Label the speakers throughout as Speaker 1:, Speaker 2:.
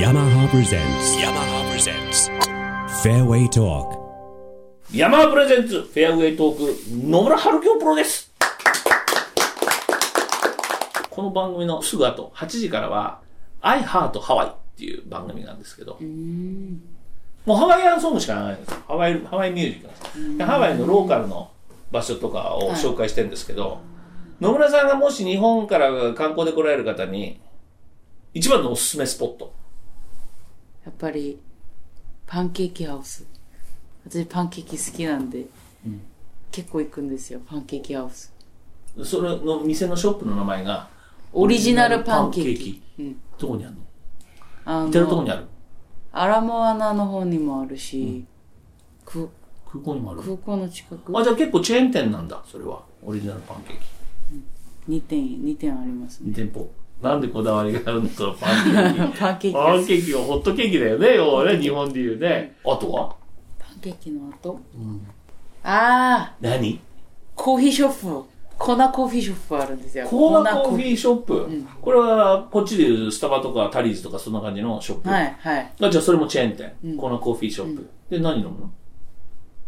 Speaker 1: yamaha presents yamaha presents fairway talk
Speaker 2: ヤマープレゼンツフェアウェイトーク野村春京プロですこの番組のすぐ後8時からは「I Heart Hawaii」っていう番組なんですけどもうハワイアンソングしか流れないんですよハワイハワイミュージックなんですでハワイのローカルの場所とかを紹介してるんですけど、野村さんがもし日本から観光で来られる方に一番のおすすめスポット
Speaker 3: やっぱり、パンケーキハウス。私パンケーキ好きなんで、結構行くんですよ、パンケーキハウス。
Speaker 2: それの店のショップの名前が
Speaker 3: オリジナルパンケーキ。
Speaker 2: うん、どこにあるの
Speaker 3: あ
Speaker 2: 至るところに
Speaker 3: の、
Speaker 2: ある
Speaker 3: アラモアナの方にもあるし、く
Speaker 2: 空港にもある
Speaker 3: 空港の近く
Speaker 2: あ、じゃあ結構チェーン店なんだ、それは。オリジナルパンケーキ。
Speaker 3: 2点、2点ありますね。
Speaker 2: 2店舗。なんでこだわりがあるんだろう、パンケーキ。
Speaker 3: パンケーキ
Speaker 2: パ
Speaker 3: ハウ
Speaker 2: ン
Speaker 3: ス。
Speaker 2: ケーキはホットケーキだよね、要はね、日本で言うね。あとは
Speaker 3: パンケーキの後、ああ、
Speaker 2: 何
Speaker 3: コーヒーショップ。粉コーヒーショップあるんですよ。
Speaker 2: コーナーコー
Speaker 3: 粉
Speaker 2: ヒーショップ。これは、こっちでいうスタバとかタリーズとかそんな感じのショップ。
Speaker 3: はい、はい。
Speaker 2: あじゃあそれもチェーン店。コーナーコーヒーショップ。で、何飲むの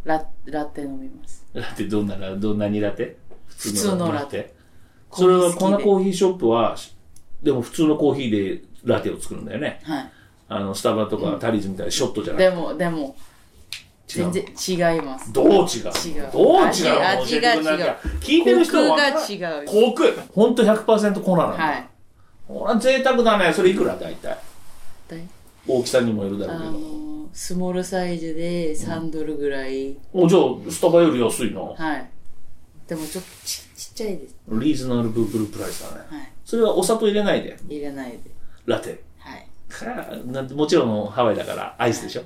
Speaker 3: ララテ飲みます。
Speaker 2: ラテ、どんなラ、どんなにラテ普
Speaker 3: 通のラテ。
Speaker 2: それは
Speaker 3: コ
Speaker 2: コ
Speaker 3: ー
Speaker 2: ーナ
Speaker 3: ヒー好きで
Speaker 2: ーコーヒーショップは、でも普通のコーヒーでラテを作るんだよね。
Speaker 3: は
Speaker 2: あの、スタバとかタリーズみたいなショットじゃ
Speaker 3: い。
Speaker 2: なくて
Speaker 3: でも、でも、
Speaker 2: 違うの
Speaker 3: 全然違います。
Speaker 2: どう違う
Speaker 3: 違
Speaker 2: ど
Speaker 3: う
Speaker 2: う違うの
Speaker 3: 味味が違う
Speaker 2: 教えてくれない聞いてる人は分からない
Speaker 3: コクが違う
Speaker 2: コクほんと100%コーラなんだ。
Speaker 3: はい。
Speaker 2: これは贅沢だね。それいくら大体。
Speaker 3: だい
Speaker 2: 大きさにもよるだ
Speaker 3: あ
Speaker 2: ろうけど。
Speaker 3: のスモールサイズで3ドルぐらい、
Speaker 2: お、じゃあ、スタバより安いな。
Speaker 3: はいでもちょっとちちっちゃいです
Speaker 2: リーズナルブルプライスだね。
Speaker 3: はい
Speaker 2: それはお砂糖入れないで。
Speaker 3: 入れないで
Speaker 2: ラテ。
Speaker 3: はい
Speaker 2: かなんてもちろんハワイだからアイスでしょ。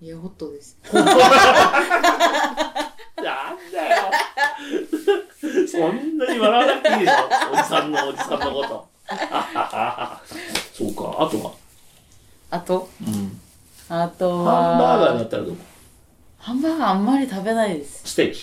Speaker 3: いやホットです
Speaker 2: なんだよ。そんなに笑わなくていいでしょ。おじさんのおじさんのこと。そうか。あとは。
Speaker 3: あと
Speaker 2: うん。
Speaker 3: あと
Speaker 2: ハ
Speaker 3: は
Speaker 2: ンバーガーだったらどこ
Speaker 3: ハンバーガーあんまり食べないです
Speaker 2: ステーキ。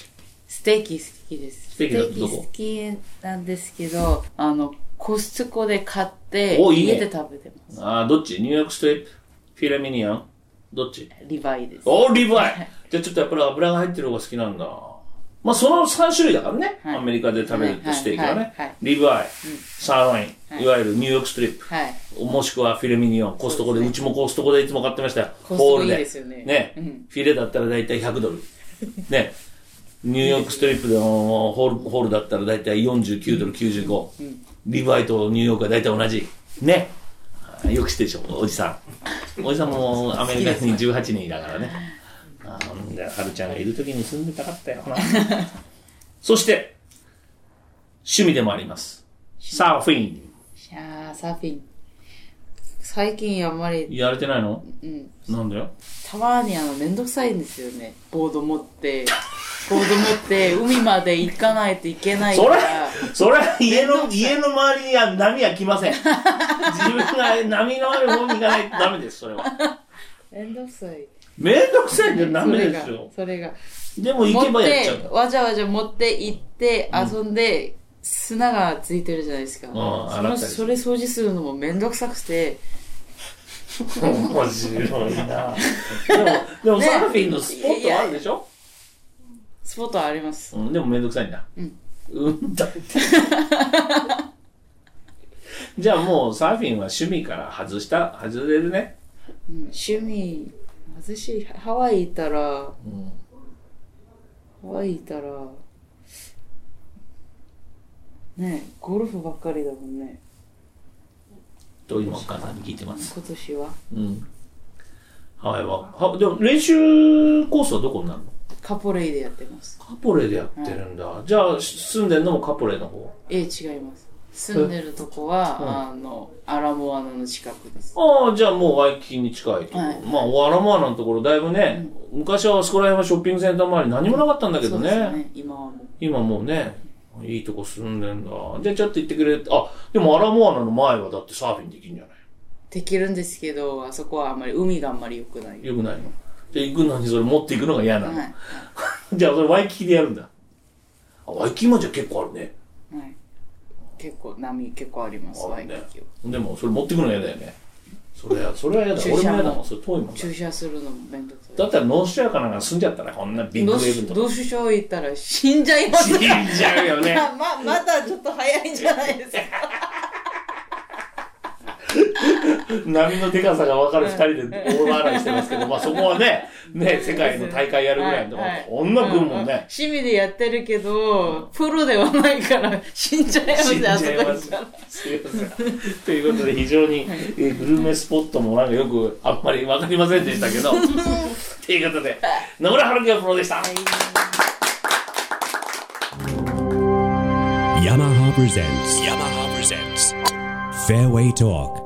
Speaker 3: ステーキ好きです
Speaker 2: ステーキだとどこ
Speaker 3: ステーキ好きなんですけどあのコストコで買って
Speaker 2: おいいね
Speaker 3: 家で食べてます
Speaker 2: ああ、どっちニューヨークストリップフィレミニアンどっち
Speaker 3: リバイです
Speaker 2: おー、リヴァイじゃあちょっとやっぱり油が入ってる方が好きなんだ。まあその3種類だからね。
Speaker 3: はい
Speaker 2: アメリカで食べるってステーキは
Speaker 3: はい
Speaker 2: ね
Speaker 3: はいはい。
Speaker 2: リヴァイ、サーロイン、
Speaker 3: はい
Speaker 2: いわゆるニューヨークストリップ。
Speaker 3: はい
Speaker 2: もしくはフィレミニオン、コストコで、うちもコストコでいつも買ってましたよ。
Speaker 3: コストコ
Speaker 2: ホール
Speaker 3: いいですよね
Speaker 2: ね、
Speaker 3: うん
Speaker 2: フィレだったら大体100ドル。ね。ニューヨークストリップでもホールホールだったら大体49ドル95。リヴァイとニューヨークは大体同じ。ね。あよく知ってるでしょ、おじさん。おじさんもアメリカに18人だからね。なんだよ、はるちゃんがいる時に住んでたかった よな。そして、趣味でもあります。サーフィン。
Speaker 3: いやーサーフィン最近あんまり
Speaker 2: やれてないの
Speaker 3: うん
Speaker 2: なんだよ。
Speaker 3: たまにあのめんどくさいんですよねボード持ってボード持って海まで行かないといけない
Speaker 2: そ
Speaker 3: か
Speaker 2: れ
Speaker 3: ら、
Speaker 2: それは家の、家の周りには波は来ません。自分が波のある方に行かないとダメです、それは。
Speaker 3: めんどくさい
Speaker 2: めんどくさいんじゃダメです
Speaker 3: それが
Speaker 2: よ。
Speaker 3: それが
Speaker 2: でも行けばやっちゃうん
Speaker 3: 持
Speaker 2: だ
Speaker 3: っ。てわちゃわちゃ持って行って遊んで、砂がついてるじゃないですか、そ
Speaker 2: 洗った
Speaker 3: の
Speaker 2: りする
Speaker 3: それ掃除するのもめんどくさくて
Speaker 2: 面白いなでも、でも
Speaker 3: ね
Speaker 2: サーフィンのスポットはあるでしょ、
Speaker 3: スポットはあります
Speaker 2: うん、でもめんどくさいんだ。
Speaker 3: うん。
Speaker 2: うんだって。じゃあもうサーフィンは趣味から外した、外れるね。
Speaker 3: うん趣味私ハワイいたらハ
Speaker 2: うん
Speaker 3: ワイいたらねえゴルフばっかりだもんね
Speaker 2: と今お母さんに聞いてます。
Speaker 3: 今年は
Speaker 2: うん。ハワイは。はでも練習コースはどこになるの
Speaker 3: カポレイでやってます
Speaker 2: カポレでやってるんだ。じゃあ、住んでんのもカポレの方。
Speaker 3: ええ違います住んでるとこは、
Speaker 2: は
Speaker 3: あのアラモアナの近くです
Speaker 2: ああ、じゃあもうワイキキに近いところ。
Speaker 3: はい
Speaker 2: まあ、ワラマーナのところだいぶね、昔はあそこら辺はショッピングセンター周り何もなかったんだけど
Speaker 3: そう
Speaker 2: ね。
Speaker 3: ですね今はもう
Speaker 2: 今もうね、いいとこ住んでんだ。じゃあちょっと行ってくれ。あ、でもアラモアナの前はだってサーフィンできるんじゃない
Speaker 3: できるんですけどあそこはあんまり海があんまり良くない
Speaker 2: よくないので、行くのにそれ持って行くのが嫌なの。
Speaker 3: はい
Speaker 2: じゃあそれワイキキでやるんだ。あワイキキもじゃあ結構あるね。
Speaker 3: はい結構波結構あります
Speaker 2: あ
Speaker 3: ワ
Speaker 2: る
Speaker 3: イ
Speaker 2: ね
Speaker 3: キキは
Speaker 2: でもそれ持って行くの嫌だよね。それ はそれは嫌だ
Speaker 3: 注
Speaker 2: 俺も
Speaker 3: 射も
Speaker 2: 嫌だもんそれ遠いもんだ
Speaker 3: 注射するのもめんどくさい
Speaker 2: だったらノースシェアかなんか住んじゃったらこんなビッグウ
Speaker 3: ど
Speaker 2: ェ
Speaker 3: う
Speaker 2: ー
Speaker 3: し
Speaker 2: ブとか
Speaker 3: どうしよう言ったら死んじゃいます
Speaker 2: 死んじゃうよね
Speaker 3: ままだちょっと早いんじゃないですか
Speaker 2: 波のでかさが分かる2人で大笑いしてますけど、まあ、そこはねね世界の大会やるぐらいのとこ、
Speaker 3: はいはい
Speaker 2: こんな分もん
Speaker 3: うん
Speaker 2: ね、
Speaker 3: 趣味でやってるけどプロではないから死んじゃいます
Speaker 2: 死んじ
Speaker 3: よ
Speaker 2: ゃ
Speaker 3: あ
Speaker 2: い
Speaker 3: そこ
Speaker 2: ま
Speaker 3: 行っ
Speaker 2: す
Speaker 3: たら
Speaker 2: すいませんということで非常に、えーグルメスポットもなんかよくあんまり分かりませんでしたけ どということで野村春樹がプロでした、
Speaker 1: Yamaha presents. Yamaha presents. Fairway Talk.